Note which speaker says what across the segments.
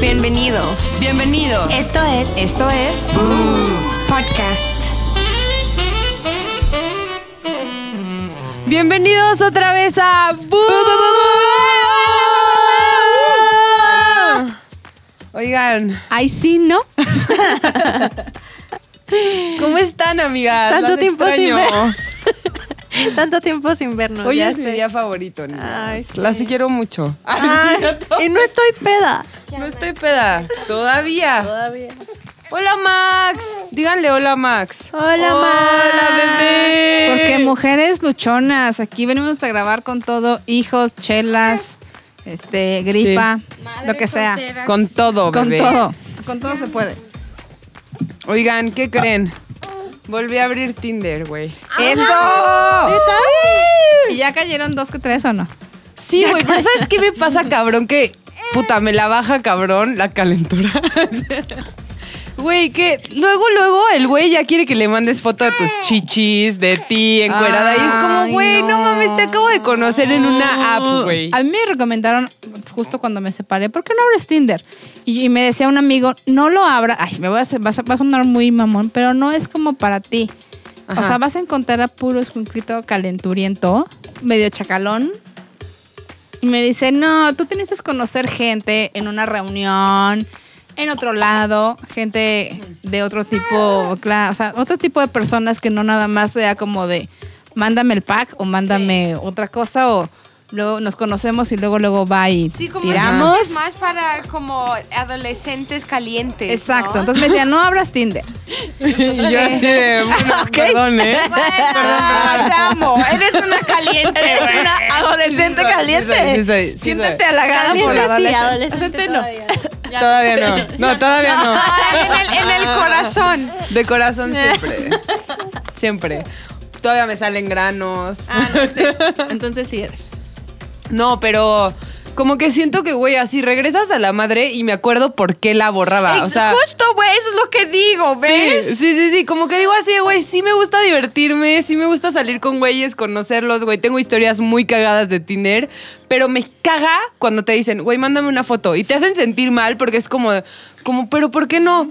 Speaker 1: Bienvenidos.
Speaker 2: Bienvenidos.
Speaker 1: Esto es. Esto es. Podcast.
Speaker 2: Bienvenidos otra vez a Boo. Oigan,
Speaker 1: Ay, sí, ¿no?
Speaker 2: ¿cómo están, amigas?
Speaker 3: Tanto
Speaker 2: Las
Speaker 3: tiempo sin
Speaker 2: extraño.
Speaker 3: Tanto tiempo sin vernos.
Speaker 2: Hoy
Speaker 3: ya
Speaker 2: es mi
Speaker 3: sé.
Speaker 2: día favorito, niñas.
Speaker 3: Ay, sí.
Speaker 2: Las quiero mucho.
Speaker 3: Ay, y no estoy peda.
Speaker 2: no estoy peda todavía.
Speaker 3: Todavía.
Speaker 2: Hola, Max. Díganle hola, Max.
Speaker 3: Hola,
Speaker 2: Hola,
Speaker 3: Max.
Speaker 2: bebé.
Speaker 4: Porque mujeres luchonas, aquí venimos a grabar con todo, hijos, chelas, este, gripa, lo que sea,
Speaker 2: Con todo,
Speaker 4: con
Speaker 2: bebé.
Speaker 4: todo, con todo se puede.
Speaker 2: Oigan, ¿qué creen? Volví a abrir Tinder, güey.
Speaker 4: ¡Eso! ¿Y ya cayeron dos que tres o no?
Speaker 2: Sí, güey, pero ¿sabes qué me pasa, cabrón? Que puta, me la baja, cabrón, la calentura. Güey, que luego, luego el güey ya quiere que le mandes foto de tus chichis, de ti, encuerada. y es como,
Speaker 4: Ay,
Speaker 2: güey, no.
Speaker 4: no.
Speaker 2: mames, te acabo de conocer en una app, güey.
Speaker 4: A mí me recomendaron justo cuando me separé, ¿por qué no abres Tinder? Y, y me decía un amigo, no lo abra, ay, me voy a, hacer- va a va a sonar muy mamón, pero no es como para ti.
Speaker 2: Ajá.
Speaker 4: O sea, vas a encontrar a puros concreto calenturiento, medio chacalón. Y me dice, no, tú tienes que conocer gente en una reunión, en otro lado, gente de otro tipo, cla- o sea, otro tipo de personas que no nada más sea como de, mándame el pack o mándame otra cosa o luego nos conocemos y luego luego va y
Speaker 1: Sí, como
Speaker 4: tiramos.
Speaker 1: es más para como adolescentes calientes. ¿no?
Speaker 4: Exacto, entonces me decía, no abras Tinder.
Speaker 2: Y yo así de, bueno, perdón, ¿eh?
Speaker 1: Bueno, te amo. Eres una caliente. güey.
Speaker 4: adolescente
Speaker 2: Sí soy, caliente. sí soy, sí soy. Siéntete
Speaker 4: halagada
Speaker 3: Caliente sí, adolescente
Speaker 4: no.
Speaker 3: todavía.
Speaker 2: Todavía no. No, todavía no.
Speaker 1: Ay, en, el, en el corazón.
Speaker 2: De corazón siempre. Siempre. Todavía me salen granos.
Speaker 4: Entonces sí eres.
Speaker 2: No, pero como que siento que, güey, así regresas a la madre y me acuerdo por qué la borraba. Ah, o
Speaker 1: Ex-
Speaker 2: sea,
Speaker 1: Justo, güey, eso es lo que digo, ¿ves?
Speaker 2: Sí, sí, sí, sí, como que digo así, güey, sí me gusta divertirme, sí me gusta salir con güeyes, conocerlos, güey, tengo historias muy cagadas de Tinder, pero me caga cuando te dicen, güey, mándame una foto y te hacen sentir mal porque es como, como, pero ¿por qué no?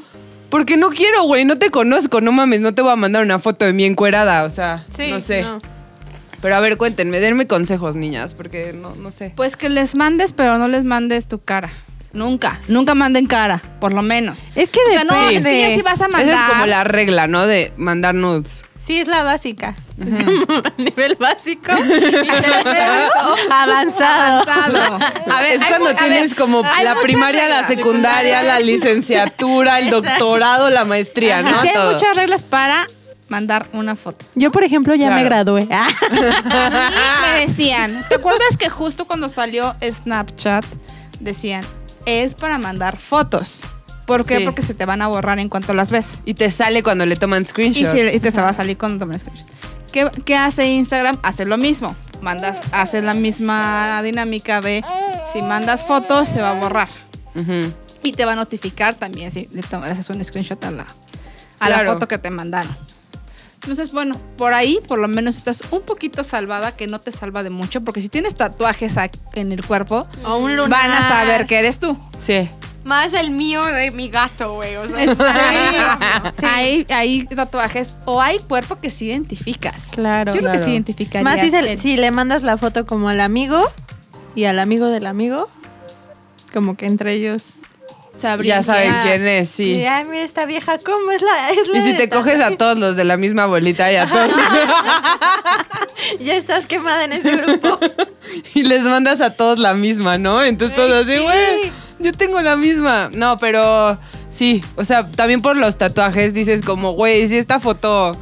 Speaker 2: Porque no quiero, güey, no te conozco, no mames, no te voy a mandar una foto de mi encuerada, o sea, no sé. Pero a ver, cuéntenme, denme consejos, niñas, porque no, no sé.
Speaker 4: Pues que les mandes, pero no les mandes tu cara. Nunca, nunca manden cara, por lo menos.
Speaker 3: Es que
Speaker 4: O
Speaker 3: de
Speaker 4: sea, no,
Speaker 2: Sí.
Speaker 4: es que ya sí vas a mandar.
Speaker 2: Esa es como la regla, ¿no? De mandar nudes.
Speaker 3: Sí, es la básica. Es como a nivel básico. y luego avanzado.
Speaker 2: A ver, es
Speaker 4: hay
Speaker 2: cuando
Speaker 4: mu- a
Speaker 2: tienes
Speaker 4: ver,
Speaker 2: como
Speaker 4: hay
Speaker 2: la
Speaker 4: muchas
Speaker 2: primaria, la
Speaker 4: reglas.
Speaker 2: secundaria, la licenciatura, el doctorado, la maestría,
Speaker 4: Y
Speaker 2: ¿no?
Speaker 4: sí hay
Speaker 2: Todo.
Speaker 4: muchas reglas para mandar una foto.
Speaker 3: Yo, por ejemplo, ya me
Speaker 2: Claro.
Speaker 3: gradué. Ah.
Speaker 4: A mí me decían, ¿te acuerdas que justo cuando salió Snapchat decían, es para mandar fotos? ¿Por qué?
Speaker 2: Sí.
Speaker 4: Porque se te van a borrar en cuanto las ves.
Speaker 2: Y te sale cuando le toman
Speaker 4: Y,
Speaker 2: screenshot.
Speaker 4: si- y te se va a salir cuando tomen screenshot. ¿Qué, qué hace Instagram? Hace lo mismo. Mandas, hace la misma dinámica de si mandas fotos se va a borrar.
Speaker 2: Ujú.
Speaker 4: Y te va a notificar también si le tomas, haces un screenshot a la, a
Speaker 2: Claro.
Speaker 4: la foto que te mandaron. Entonces, bueno, por ahí por lo menos estás un poquito salvada, que no te salva de mucho, porque si tienes tatuajes aquí en el cuerpo,
Speaker 3: O un
Speaker 4: van a saber que eres tú.
Speaker 2: Sí.
Speaker 1: Más el mío de mi gato, güey. O sea,
Speaker 4: Sí. Hay, hay tatuajes o hay cuerpo que sí identificas.
Speaker 3: Claro.
Speaker 4: Yo creo que
Speaker 2: claro.
Speaker 4: sí identificarías.
Speaker 3: Más si, se-
Speaker 4: el-
Speaker 3: si le mandas la foto como al amigo y al amigo del amigo, como que entre ellos.
Speaker 4: sabrían
Speaker 2: Ya saben
Speaker 3: ya.
Speaker 2: quién es, sí.
Speaker 3: Y, Ay, mira esta vieja, ¿cómo es la? es la
Speaker 2: Y si
Speaker 3: de
Speaker 2: te
Speaker 3: tal?"
Speaker 2: coges a todos los de la misma bolita y a todos
Speaker 3: Ya estás quemada en ese grupo.
Speaker 2: y les mandas a todos la misma, ¿no? Entonces todos así, güey, yo tengo la misma. No, pero sí, o sea, también por los tatuajes dices como, güey, si esta foto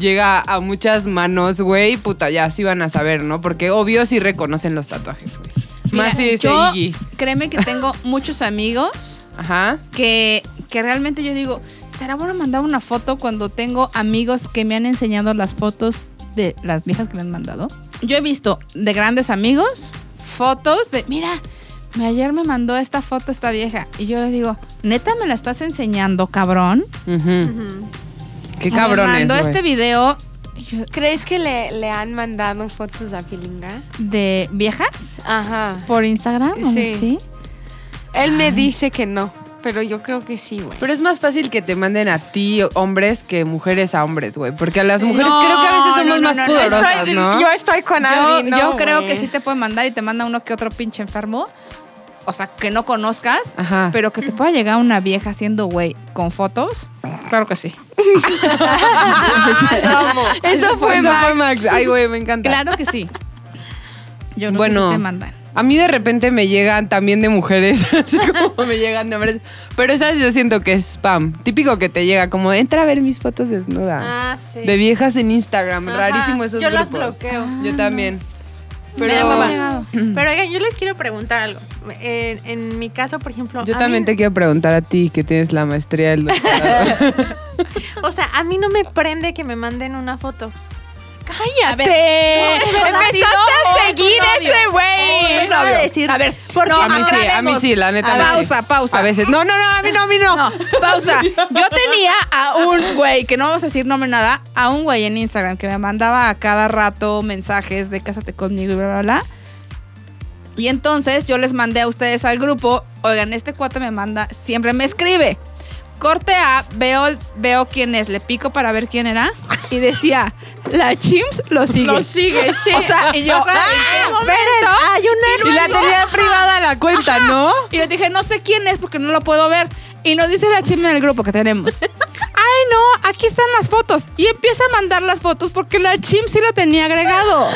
Speaker 2: llega a muchas manos, güey, puta, ya sí van a saber, ¿no? Porque obvio sí reconocen los tatuajes, güey.
Speaker 4: Mira,
Speaker 2: Más si dice
Speaker 4: yo,
Speaker 2: Iggy.
Speaker 4: Créeme que tengo muchos amigos
Speaker 2: Ajá.
Speaker 4: que, que realmente yo digo, ¿será bueno mandar una foto cuando tengo amigos que me han enseñado las fotos de las viejas que le han mandado? Yo he visto de grandes amigos fotos de, mira, me- ayer me mandó esta foto esta vieja. Y yo le digo, neta, me la estás enseñando, cabrón.
Speaker 2: Ujú. Qué
Speaker 4: Me
Speaker 2: cabrones,
Speaker 4: mandó
Speaker 2: güey.
Speaker 4: este video y yo,
Speaker 1: ¿Crees que le, le han mandado fotos a Pilinga?
Speaker 4: de viejas
Speaker 1: Ajá.
Speaker 4: por Instagram.
Speaker 1: Sí.
Speaker 4: Sí.
Speaker 1: Él me dice que no. pero yo creo que sí, güey.
Speaker 2: Pero es más fácil que te manden a ti hombres que mujeres a hombres, güey. Porque a las mujeres
Speaker 4: No,
Speaker 2: creo que a veces somos
Speaker 4: no, no,
Speaker 2: más
Speaker 4: no, no,
Speaker 2: pudorosas,
Speaker 1: Estoy-
Speaker 2: ¿no?
Speaker 1: Yo estoy con
Speaker 4: Yo,
Speaker 1: alguien. no,
Speaker 4: yo creo
Speaker 1: güey.
Speaker 4: que sí te puede mandar y te manda uno que otro pinche enfermo. O sea, que no conozcas,
Speaker 1: Ah.
Speaker 2: Ajá.
Speaker 4: pero que te pueda llegar una vieja haciendo güey con fotos. Claro que sí.
Speaker 1: Eso fue
Speaker 2: Eso
Speaker 1: Max.
Speaker 2: Ay, güey, me encanta.
Speaker 4: Claro que sí. Yo creo que
Speaker 2: Bueno.
Speaker 4: sí te mandan.
Speaker 2: A mí de repente me llegan también de mujeres, así como me llegan de hombres. Pero esas yo siento que es spam. Típico que te llega como, entra a ver mis fotos desnuda.
Speaker 3: Ah, sí.
Speaker 2: De viejas en Instagram.
Speaker 3: Ajá.
Speaker 2: Rarísimo esos
Speaker 3: Yo las
Speaker 2: grupos. Ah.
Speaker 3: bloqueo.
Speaker 2: Yo también.
Speaker 3: Mira,
Speaker 2: Pero
Speaker 3: mamá.
Speaker 4: llegado.
Speaker 3: Pero oigan, yo les quiero preguntar algo. En, en mi caso, por ejemplo.
Speaker 2: yo
Speaker 3: a
Speaker 2: también
Speaker 3: mí-
Speaker 2: te quiero preguntar a ti que tienes la maestría del doctorado.
Speaker 3: O sea, a mí no me prende que me manden una foto.
Speaker 1: Cállate.
Speaker 4: ¿es
Speaker 1: Empezaste
Speaker 4: conocido o
Speaker 1: a
Speaker 4: es tu
Speaker 1: seguir
Speaker 4: novio?
Speaker 1: ese
Speaker 4: O
Speaker 1: güey.
Speaker 4: es- novio.
Speaker 3: a ver, porque
Speaker 2: a mí sí, a mí
Speaker 4: aclaremos.
Speaker 2: sí, la neta.
Speaker 4: A
Speaker 2: a
Speaker 4: pausa, pausa.
Speaker 2: A veces. No, no, no, a mí no, a mí no.
Speaker 4: Pausa. Yo tenía a un güey, que no vamos a decir nombre nada, a un güey en Instagram que me mandaba a cada rato mensajes de cásate conmigo y bla, bla, bla. Y entonces yo les mandé a ustedes al grupo, oigan, este cuate me manda, siempre me escribe. Corte A, veo, veo quién es, le pico para ver quién era y decía, la chimps lo sigue.
Speaker 1: Lo sigue, sí.
Speaker 4: O sea, y yo,
Speaker 1: Ajá.
Speaker 4: "Ah, esperen, hay un héroe".
Speaker 2: Y la tenía privada la cuenta, ¿no?
Speaker 4: Y le dije, no sé quién es porque no lo puedo ver. Y nos dice la chisme del grupo que tenemos. Ay, no, aquí están las fotos. Y empieza a mandar las fotos porque la chim sí lo tenía agregado.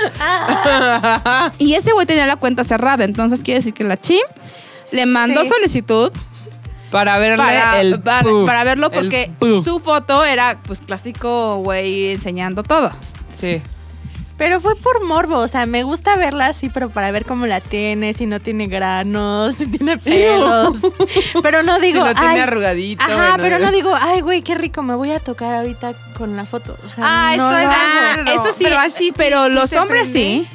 Speaker 4: y ese güey tenía la cuenta cerrada. Entonces quiere decir que la chim le mandó
Speaker 3: Sí.
Speaker 4: solicitud
Speaker 2: Para verle
Speaker 4: para,
Speaker 2: el
Speaker 4: para-
Speaker 2: puf,
Speaker 4: para verlo
Speaker 2: el
Speaker 4: porque
Speaker 2: puf.
Speaker 4: su foto era, pues, clásico güey enseñando todo.
Speaker 2: Sí.
Speaker 3: Pero fue por morbo, o sea, me gusta verla así, pero para ver cómo la tiene, si no tiene granos, si tiene pelos. Pero no digo,
Speaker 2: Si lo tiene
Speaker 3: "Ay".
Speaker 2: arrugadito,
Speaker 3: Ajá,
Speaker 2: bueno,
Speaker 3: pero
Speaker 2: ya.
Speaker 3: no digo, ay, güey, qué rico, me voy a tocar ahorita con la foto. O sea,
Speaker 1: Ah,
Speaker 3: no
Speaker 1: estoy
Speaker 3: lo
Speaker 1: de
Speaker 3: hago.
Speaker 1: acuerdo.
Speaker 4: Eso sí, pero,
Speaker 1: Pero así te- sí
Speaker 4: los
Speaker 1: te
Speaker 4: hombres sí.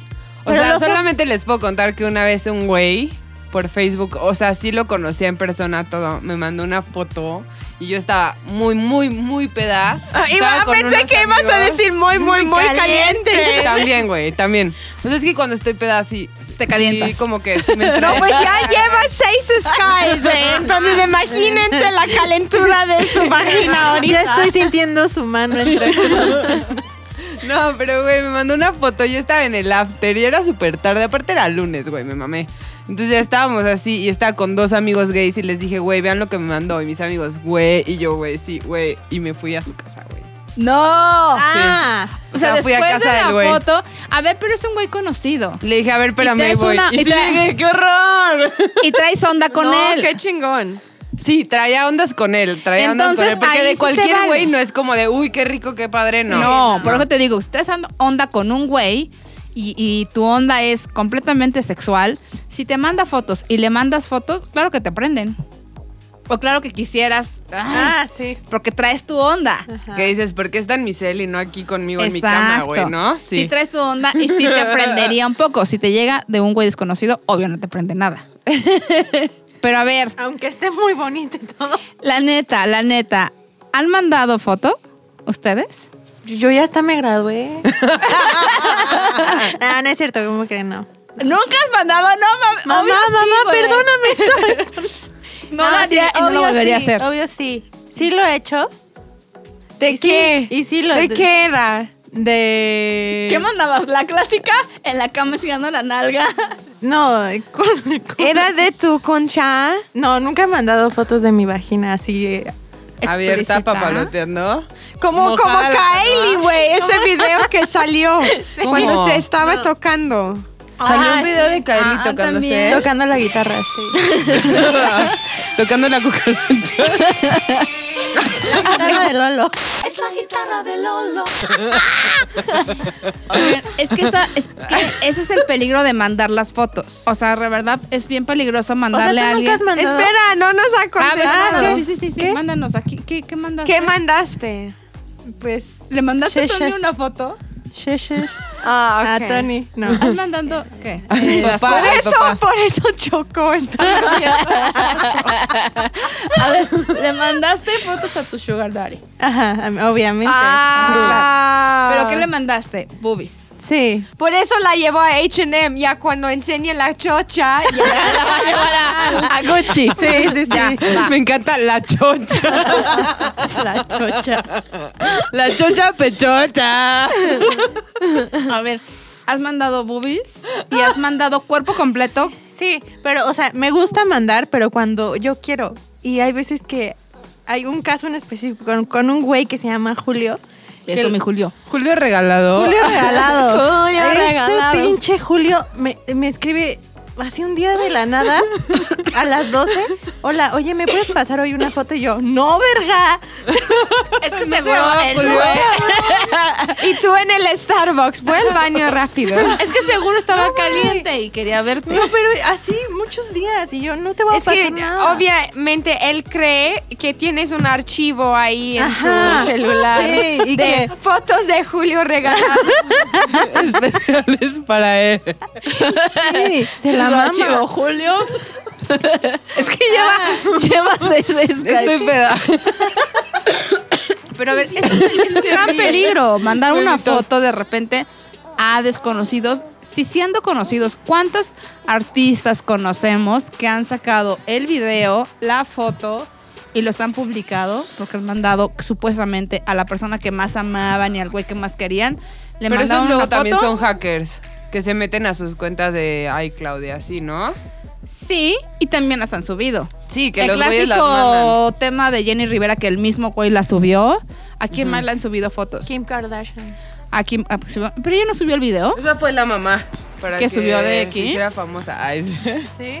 Speaker 2: O
Speaker 3: Pero
Speaker 2: sea,
Speaker 3: los-
Speaker 2: solamente les puedo contar que una vez un güey por Facebook, o sea, sí lo conocía en persona todo, me mandó una foto y yo estaba muy, muy, muy peda.
Speaker 1: Ah, iba-
Speaker 2: Estaba con
Speaker 1: pensé
Speaker 2: unos
Speaker 1: que ibas a
Speaker 2: amigos.
Speaker 1: decir muy, muy, muy caliente.
Speaker 2: También, güey, también. O sea, es que cuando estoy peda sí.
Speaker 4: Te calientas.
Speaker 2: Sí, como que sí me
Speaker 1: No,
Speaker 2: entra-
Speaker 1: pues ya lleva seis skies, ¿eh? Entonces imagínense la calentura de su vagina
Speaker 3: Ya
Speaker 1: ahorita.
Speaker 3: estoy sintiendo su mano entre
Speaker 2: No, pero güey, me mandó una foto. Yo estaba en el after y era súper tarde. Aparte era lunes, güey, me mamé. Entonces ya estábamos así y estaba con dos amigos gays y les dije, güey, vean lo que me mandó. Y mis amigos, güey, y yo, güey, sí, güey. Y me fui a su casa, güey.
Speaker 4: No.
Speaker 3: Ah,
Speaker 4: o sea,
Speaker 2: o sea, fui
Speaker 4: después
Speaker 2: a casa
Speaker 4: de la
Speaker 2: del güey.
Speaker 4: foto. A ver, pero es un güey conocido.
Speaker 2: Le dije, a ver, espérame, ahí
Speaker 4: traes
Speaker 2: voy.
Speaker 4: una-
Speaker 2: y
Speaker 4: y
Speaker 2: sí,
Speaker 4: trae-
Speaker 2: dije, qué horror.
Speaker 4: Y traes onda con
Speaker 1: no,
Speaker 4: él.
Speaker 1: qué chingón.
Speaker 2: Sí, traía ondas con él, traía ondas
Speaker 4: Entonces,
Speaker 2: con él. Porque
Speaker 4: ahí sí
Speaker 2: de
Speaker 4: se
Speaker 2: cualquier
Speaker 4: vale.
Speaker 2: güey no es como de, uy, qué rico, qué padre, no.
Speaker 4: No, por eso te digo, si traes and- onda con un güey y, y tu onda es completamente sexual, si te manda fotos y le mandas fotos, claro que te prenden. O claro que quisieras, ay,
Speaker 3: ah, sí.
Speaker 4: porque traes tu onda.
Speaker 2: ¿Qué dices? ¿Por qué está en mi cel y no aquí conmigo en mi cama, güey, no?
Speaker 4: Si traes tu onda y sí te prendería un poco. Si te llega de un güey desconocido, obvio no te prende nada. Pero a ver,
Speaker 3: Aunque esté muy bonito y todo.
Speaker 4: la neta, la neta, ¿han mandado foto ustedes?
Speaker 3: Yo ya hasta me gradué. no, no es cierto, ¿cómo creen? No.
Speaker 4: Nunca has mandado, no, mam-
Speaker 3: Mamá,
Speaker 4: obvio sí,
Speaker 3: mamá,
Speaker 4: güey.
Speaker 3: perdóname. esto- esto-
Speaker 4: No
Speaker 3: Ah,
Speaker 4: lo haría Ah, y no lo
Speaker 3: obvio
Speaker 4: volvería
Speaker 3: sí,
Speaker 4: a hacer.
Speaker 3: Obvio sí. Sí lo he hecho.
Speaker 1: ¿De
Speaker 3: Y sí,
Speaker 1: qué?
Speaker 3: y sí lo-
Speaker 1: ¿De qué era?
Speaker 3: De.
Speaker 4: ¿Qué mandabas? ¿La clásica? En la cama enseñando la nalga.
Speaker 3: No, con- con-
Speaker 1: ¿Era de tu concha?
Speaker 3: no, nunca he mandado fotos de mi vagina así. eh.
Speaker 2: Abierta,
Speaker 4: Explícita.
Speaker 2: papaloteando.
Speaker 1: Como, como
Speaker 2: Mojada,
Speaker 1: Kylie, güey. Ese video que salió cuando se estaba tocando.
Speaker 2: Salió
Speaker 3: Ah,
Speaker 2: un video de Kylie
Speaker 4: Ah,
Speaker 2: tocándose.
Speaker 4: también.
Speaker 3: Tocando la guitarra, sí.
Speaker 2: Tocando la cucaracha.
Speaker 3: Tocando de Lolo.
Speaker 4: Oigan, es que, esa- es que ese es el peligro de mandar las fotos. O sea, de verdad, es bien peligroso mandarle
Speaker 3: ¿tú
Speaker 4: a alguien.
Speaker 3: nunca has mandado?
Speaker 1: Espera, no nos ha
Speaker 4: Ah, pues,
Speaker 1: contestado.
Speaker 4: ah, sí, sí, sí, sí. Mándanos aquí. ¿Qué, qué mandas?
Speaker 1: ¿Qué mandaste?
Speaker 3: Pues.
Speaker 4: ¿Le mandaste tú a mí
Speaker 3: Cheches.
Speaker 4: una foto?
Speaker 3: Sheshes.
Speaker 1: Ah,
Speaker 3: A
Speaker 1: ok.
Speaker 3: Tony. No.
Speaker 4: ¿Has mandando qué?
Speaker 2: A mi papá,
Speaker 1: Por
Speaker 2: al
Speaker 1: eso,
Speaker 2: papá.
Speaker 1: por eso chocó esta novia.
Speaker 4: A ver, ¿le mandaste fotos a tu sugar daddy?
Speaker 3: Ajá, obviamente.
Speaker 1: Ah,
Speaker 3: Ah.
Speaker 4: ¿Pero qué le mandaste? Boobies.
Speaker 3: Sí.
Speaker 1: Por eso la llevó a HM. Ya cuando enseñe la chocha, ya la va a llevar a.
Speaker 4: A Ah, Gucci.
Speaker 3: Ah, Sí, sí, sí.
Speaker 4: Ya, va.
Speaker 2: Me encanta la chocha.
Speaker 3: La chocha.
Speaker 2: La chocha pechocha.
Speaker 4: A ver, ¿has mandado boobies? ¿Y has mandado cuerpo completo?
Speaker 3: Sí, pero, o sea, me gusta mandar, pero cuando yo quiero. Y hay veces que hay un caso en específico con, con un güey que se llama Julio. que
Speaker 4: Eso, mi Julio.
Speaker 2: Julio regalado.
Speaker 3: Julio regalado.
Speaker 1: Julio
Speaker 3: Ese
Speaker 1: regalado.
Speaker 3: pinche Julio me, me escribe así un día de la nada, a las 12. Hola, oye, ¿me puedes pasar hoy una foto? Y yo, no, verga.
Speaker 1: Es que
Speaker 2: No
Speaker 1: se
Speaker 2: se llamaba Julio.
Speaker 1: Y tú en el Starbucks, voy al baño rápido.
Speaker 4: Es que seguro estaba caliente y quería verte.
Speaker 3: No, pero así muchos días. Y yo, no te voy a
Speaker 1: Es
Speaker 3: pasar
Speaker 1: que
Speaker 3: nada.
Speaker 1: obviamente él cree que tienes un archivo ahí en
Speaker 3: Ajá.
Speaker 1: tu celular
Speaker 3: Sí, y
Speaker 1: de
Speaker 3: que-
Speaker 1: fotos de Julio regalado.
Speaker 2: Especiales para él.
Speaker 3: Sí, se la
Speaker 4: mama.
Speaker 3: mama.
Speaker 4: Julio.
Speaker 2: Es que lleva.
Speaker 4: Lleva seis Skype.
Speaker 2: Estoy peda.
Speaker 4: Pero a ver, es, un- es un gran peligro mandar una foto de repente a desconocidos. Si siendo conocidos, ¿cuántas artistas conocemos que han sacado el video, la foto y los han publicado? Porque han mandado supuestamente a la persona que más amaban y al güey que más querían. Le
Speaker 2: Pero
Speaker 4: mandaron
Speaker 2: esos luego
Speaker 4: una foto.
Speaker 2: también son hackers que se meten a sus cuentas de iCloud y así, ¿no?
Speaker 4: Sí, y también las han subido.
Speaker 2: Sí, que
Speaker 4: el
Speaker 2: los güeyes las mandan.
Speaker 4: clásico tema de Jenny Rivera que el mismo güey la subió. ¿A quién más le han subido fotos?
Speaker 3: Kim Kardashian.
Speaker 4: A Kim- a- pero ella no subió el video.
Speaker 2: Esa fue la mamá. Para
Speaker 4: ¿Que subió de
Speaker 2: se
Speaker 4: qué?
Speaker 2: hiciera famosa. Ay, sí.
Speaker 3: Sí.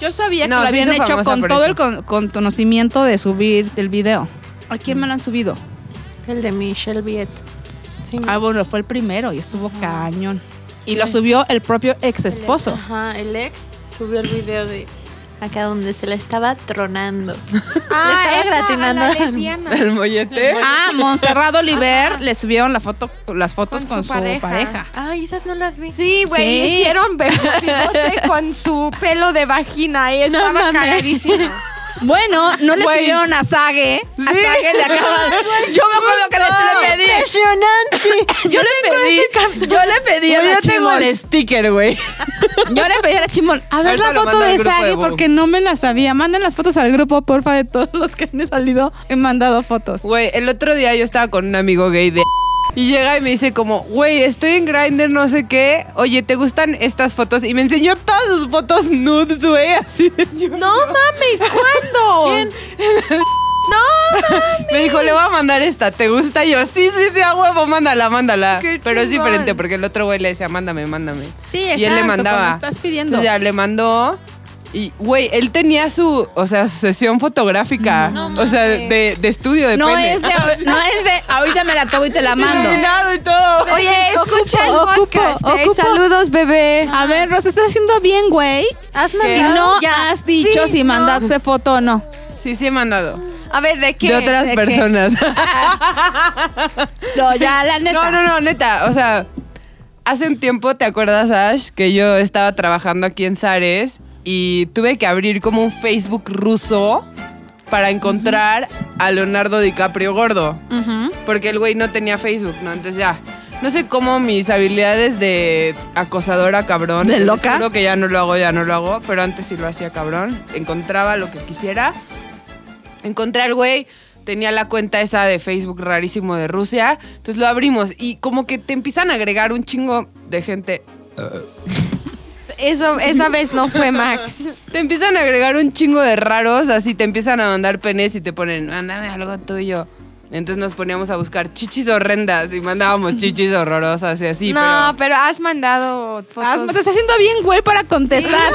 Speaker 4: Yo sabía que
Speaker 2: No,
Speaker 4: lo
Speaker 2: se
Speaker 4: habían
Speaker 2: hizo
Speaker 4: hecho
Speaker 2: famosa
Speaker 4: con
Speaker 2: por
Speaker 4: todo
Speaker 2: eso.
Speaker 4: el con- con conocimiento de subir el video. ¿A quién me lo han subido?
Speaker 3: El de Michelle Viet. Sí.
Speaker 4: Ah, bueno, fue el primero y estuvo cañón. Ah. Y lo subió el propio ex esposo.
Speaker 3: Ajá, el ex subió el video de acá donde se la estaba tronando.
Speaker 1: Ah,
Speaker 3: Le estaba
Speaker 1: esa, a
Speaker 3: gratinando
Speaker 1: la
Speaker 3: al-
Speaker 1: lesbiana.
Speaker 2: El mollete.
Speaker 4: Ah, Montserrat Oliver le subieron la foto, las fotos
Speaker 1: Con
Speaker 4: con,
Speaker 1: su
Speaker 4: su,
Speaker 1: pareja.
Speaker 4: pareja.
Speaker 3: Ay, esas no las vi.
Speaker 1: Sí, güey,
Speaker 4: Sí.
Speaker 1: hicieron bigote con su pelo de vagina y
Speaker 3: No
Speaker 1: estaba
Speaker 3: mames.
Speaker 1: cagadísimo.
Speaker 4: Bueno, no le
Speaker 2: Güey.
Speaker 4: subieron a Sage. A
Speaker 2: Sí.
Speaker 4: Sage le acaban. Yo me acuerdo que le- le pedí.
Speaker 3: ¡Oh, Impresionante.
Speaker 4: Yo le pedí. Yo le pedí a
Speaker 2: Yo
Speaker 4: la
Speaker 2: ya tengo
Speaker 4: Chimol.
Speaker 2: el sticker, güey.
Speaker 4: Yo le pedí a la Chimol. A ver
Speaker 2: Ahorita
Speaker 4: la
Speaker 2: lo
Speaker 4: foto
Speaker 2: mando al
Speaker 4: de
Speaker 2: grupo de
Speaker 4: Sage
Speaker 2: Boom.
Speaker 4: porque no me la sabía. Manden las fotos al grupo, porfa, de todos los que han salido. He mandado fotos.
Speaker 2: Güey, el otro día yo estaba con un amigo gay de... Y llega y me dice como, güey, estoy en Grindr, no sé qué. Oye, ¿te gustan estas fotos? Y me enseñó todas sus fotos nudes, güey, así. de- yo-
Speaker 1: No mames, ¿cuándo?
Speaker 2: Me dijo, le voy a mandar esta, ¿te gusta? Y yo, sí, sí, sí, a huevo, mándala, mándala.
Speaker 1: Qué
Speaker 2: Pero es
Speaker 1: chingón.
Speaker 2: diferente porque el otro güey le decía, mándame, mándame.
Speaker 4: Sí,
Speaker 2: y él le
Speaker 4: exacto,
Speaker 2: mandaba.
Speaker 4: cuando estás pidiendo.
Speaker 2: Entonces ya le mandó. Y, güey, él tenía su, o sea, su sesión fotográfica. o sea, de, de estudio, de
Speaker 4: No
Speaker 2: pene.
Speaker 4: es, de, ahor- no es de ahorita me la tomo y te la mando.
Speaker 2: Iluminado y todo.
Speaker 1: Oye, escucha el
Speaker 4: ocupo,
Speaker 1: podcast. eh.
Speaker 4: ocupo.
Speaker 1: Saludos, bebé.
Speaker 4: A ver, Rosa, estás haciendo bien, güey.
Speaker 3: Has
Speaker 4: Y
Speaker 3: mandado
Speaker 4: no
Speaker 3: ya.
Speaker 4: has dicho
Speaker 3: Sí,
Speaker 4: si
Speaker 3: no.
Speaker 4: mandaste foto o no.
Speaker 2: Sí, sí he mandado.
Speaker 1: A ver, ¿de qué?
Speaker 2: De otras
Speaker 1: ¿De qué?
Speaker 2: personas.
Speaker 4: No, ya, la Ah, neta.
Speaker 2: No, no, no, neta. O sea, hace un tiempo, ¿te acuerdas, Ash? Que yo estaba trabajando aquí en Zares y tuve que abrir como un Facebook ruso para encontrar a Leonardo DiCaprio gordo.
Speaker 4: Ujú.
Speaker 2: Porque el güey no tenía Facebook, ¿no? Entonces ya. No sé cómo mis habilidades de acosadora cabrón.
Speaker 4: ¿De
Speaker 2: les
Speaker 4: loca?
Speaker 2: juro que ya no lo hago, ya no lo hago. Pero antes sí lo hacía cabrón. Encontraba lo que quisiera. Encontré al güey. Tenía la cuenta esa de Facebook rarísimo de Rusia. Entonces lo abrimos. Y como que te empiezan a agregar un chingo de gente.
Speaker 1: Eso, esa vez no fue Max.
Speaker 2: Te empiezan a agregar un chingo de raros, así te empiezan a mandar penes y te ponen, mándame algo tuyo. Entonces nos poníamos a buscar chichis horrendas y mandábamos chichis horrorosas y así.
Speaker 1: no,
Speaker 2: pero
Speaker 1: pero has mandado fotos.
Speaker 4: Has- te Ah, pues, estás haciendo bien, güey, para contestar.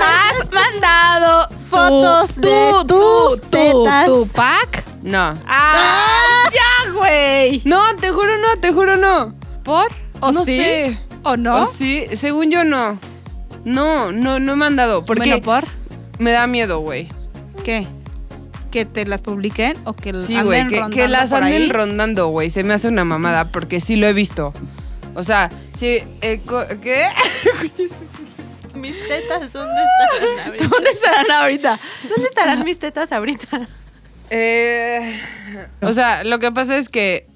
Speaker 4: Has mandado
Speaker 3: Fotos
Speaker 4: tu-
Speaker 3: de
Speaker 4: tu,
Speaker 3: tus
Speaker 4: tu,
Speaker 3: tetas.
Speaker 4: tu pack.
Speaker 2: no.
Speaker 4: Ah, ya, güey.
Speaker 2: No, te juro no, te juro no.
Speaker 4: ¿Por? ¿O
Speaker 2: no
Speaker 4: sí?
Speaker 2: sé.
Speaker 4: ¿O no?
Speaker 2: ¿O sí? Según yo no. No, no, no he mandado. Porque
Speaker 4: Bueno, ¿por?
Speaker 2: me da miedo, güey.
Speaker 4: ¿Qué? ¿Que te las publiquen o que
Speaker 2: Sí,
Speaker 4: anden
Speaker 2: güey, que,
Speaker 4: rondando
Speaker 2: que las
Speaker 4: por
Speaker 2: anden
Speaker 4: ahí?
Speaker 2: rondando, güey. Se me hace una mamada porque sí lo he visto. O sea, sí, eh, co- ¿qué?
Speaker 3: Mis tetas, ¿dónde estarán ahorita?
Speaker 4: ¿Dónde estarán ahorita?
Speaker 3: ¿Dónde estarán mis tetas ahorita?
Speaker 2: Eh, o sea, lo que pasa es que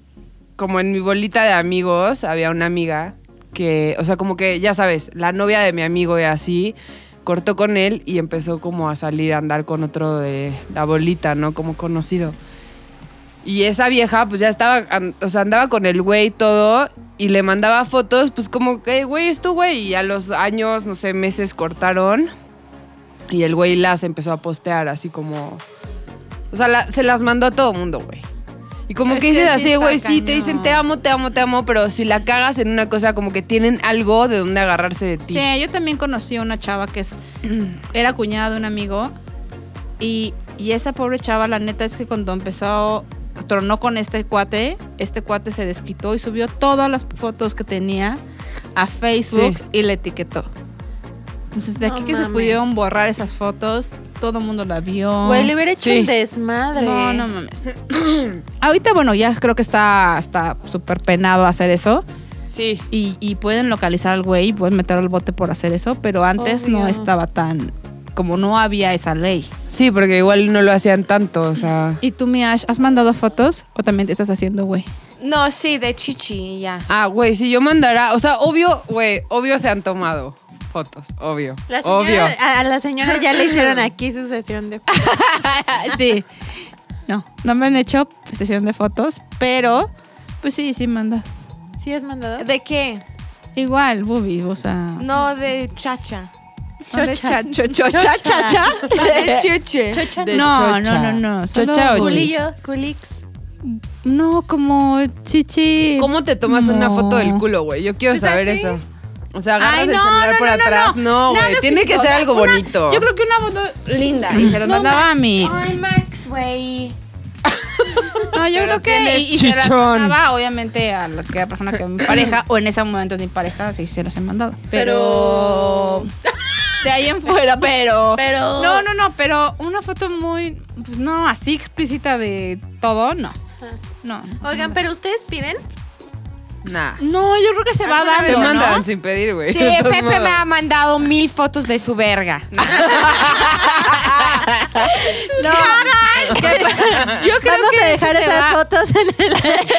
Speaker 2: como en mi bolita de amigos había una amiga que, o sea, como que, ya sabes, la novia de mi amigo y así, cortó con él y empezó como a salir a andar con otro de la bolita, ¿no? Como conocido. Y esa vieja, pues ya estaba, an- o sea, andaba con el güey y todo y le mandaba fotos, pues como que, güey, es tu güey. Y a los años, no sé, meses cortaron y el güey las empezó a postear así como. O sea, la- se las mandó a todo mundo, güey. Y como
Speaker 3: Es
Speaker 2: que
Speaker 3: que
Speaker 2: dices
Speaker 3: sí
Speaker 2: así,
Speaker 3: está
Speaker 2: güey, sí, te
Speaker 3: cañón.
Speaker 2: dicen te amo, te amo, te amo, pero si la cagas en una cosa, como que tienen algo de donde agarrarse de ti.
Speaker 4: Sí, yo también conocí a una chava que es, era cuñada de un amigo y, y esa pobre chava, la neta es que cuando empezó, tronó con este cuate, este cuate se desquitó y subió todas las fotos que tenía a Facebook
Speaker 2: Sí.
Speaker 4: y la etiquetó. Entonces, de aquí
Speaker 3: No
Speaker 4: que se
Speaker 3: mames.
Speaker 4: pudieron borrar esas fotos, todo el mundo la vio.
Speaker 3: Güey, le hubiera hecho
Speaker 2: Sí.
Speaker 3: un desmadre.
Speaker 4: No, no mames. Ahorita, bueno, ya creo que está está súper penado hacer eso.
Speaker 2: Sí.
Speaker 4: Y, y pueden localizar al güey, pueden meterlo al bote por hacer eso, pero antes no
Speaker 3: Obvio.
Speaker 4: estaba tan. Como no había esa ley.
Speaker 2: Sí, porque igual no lo hacían tanto, o sea.
Speaker 4: ¿Y tú, mi Ash, has mandado fotos o también te estás haciendo, güey?
Speaker 1: No, sí, de chichi, ya.
Speaker 2: Ah, güey, si yo mandara, o sea, obvio, güey, obvio se han tomado fotos, obvio.
Speaker 3: La
Speaker 2: obvio.
Speaker 3: señora- a, a la señora ya le hicieron aquí su sesión de...
Speaker 4: sí. No, no me han hecho pues, sesión de fotos, pero pues sí, sí manda.
Speaker 3: ¿Sí has mandado?
Speaker 1: ¿De qué?
Speaker 4: Igual, boobies, o sea.
Speaker 1: No, de chacha.
Speaker 4: no de
Speaker 3: chocha.
Speaker 4: cha- cho- cho- cha- cha- cha.
Speaker 1: De chuche.
Speaker 3: Chocha.
Speaker 2: De
Speaker 4: No,
Speaker 2: chocha.
Speaker 4: no, no, no, solo
Speaker 2: Chocha o
Speaker 4: boobies.
Speaker 2: chis.
Speaker 3: Culillo, culix.
Speaker 4: No, como chichi.
Speaker 2: ¿Cómo te tomas una
Speaker 4: No.
Speaker 2: foto del culo, güey? Yo quiero
Speaker 3: Pues
Speaker 2: saber
Speaker 3: así.
Speaker 2: eso. O sea, agarras
Speaker 4: Ay,
Speaker 2: el
Speaker 4: no,
Speaker 2: celular
Speaker 4: no,
Speaker 2: por
Speaker 4: no, no,
Speaker 2: atrás. No, güey.
Speaker 4: Nada
Speaker 2: Tiene que
Speaker 4: físico,
Speaker 2: ser
Speaker 4: o sea,
Speaker 2: algo
Speaker 4: una-
Speaker 2: bonito.
Speaker 4: Yo creo que una foto linda y se los mandaba a mí.
Speaker 1: Ay, Max, güey.
Speaker 4: No, yo creo que y, y se las
Speaker 2: chichón.
Speaker 4: mandaba obviamente a la que- a la persona que mi pareja o en ese momento es mi pareja sí se las he mandado. Pero, de ahí en fuera, pero
Speaker 3: Pero...
Speaker 4: no, no, no, pero una foto muy pues no así explícita de todo, no. No.
Speaker 3: Oigan, pero ustedes piden.
Speaker 2: Nah.
Speaker 4: No, yo creo que se va
Speaker 3: Alguna
Speaker 2: Te
Speaker 4: dando,
Speaker 2: mandan
Speaker 4: ¿no?
Speaker 2: sin pedir, güey.
Speaker 1: Sí,
Speaker 2: De todos
Speaker 1: Pepe
Speaker 2: modos.
Speaker 1: me ha mandado mil fotos de su verga. ¡Sus caras!
Speaker 4: Yo creo
Speaker 3: Vamos
Speaker 4: que
Speaker 3: a dejar
Speaker 4: se
Speaker 3: esas
Speaker 4: va.
Speaker 3: fotos en el,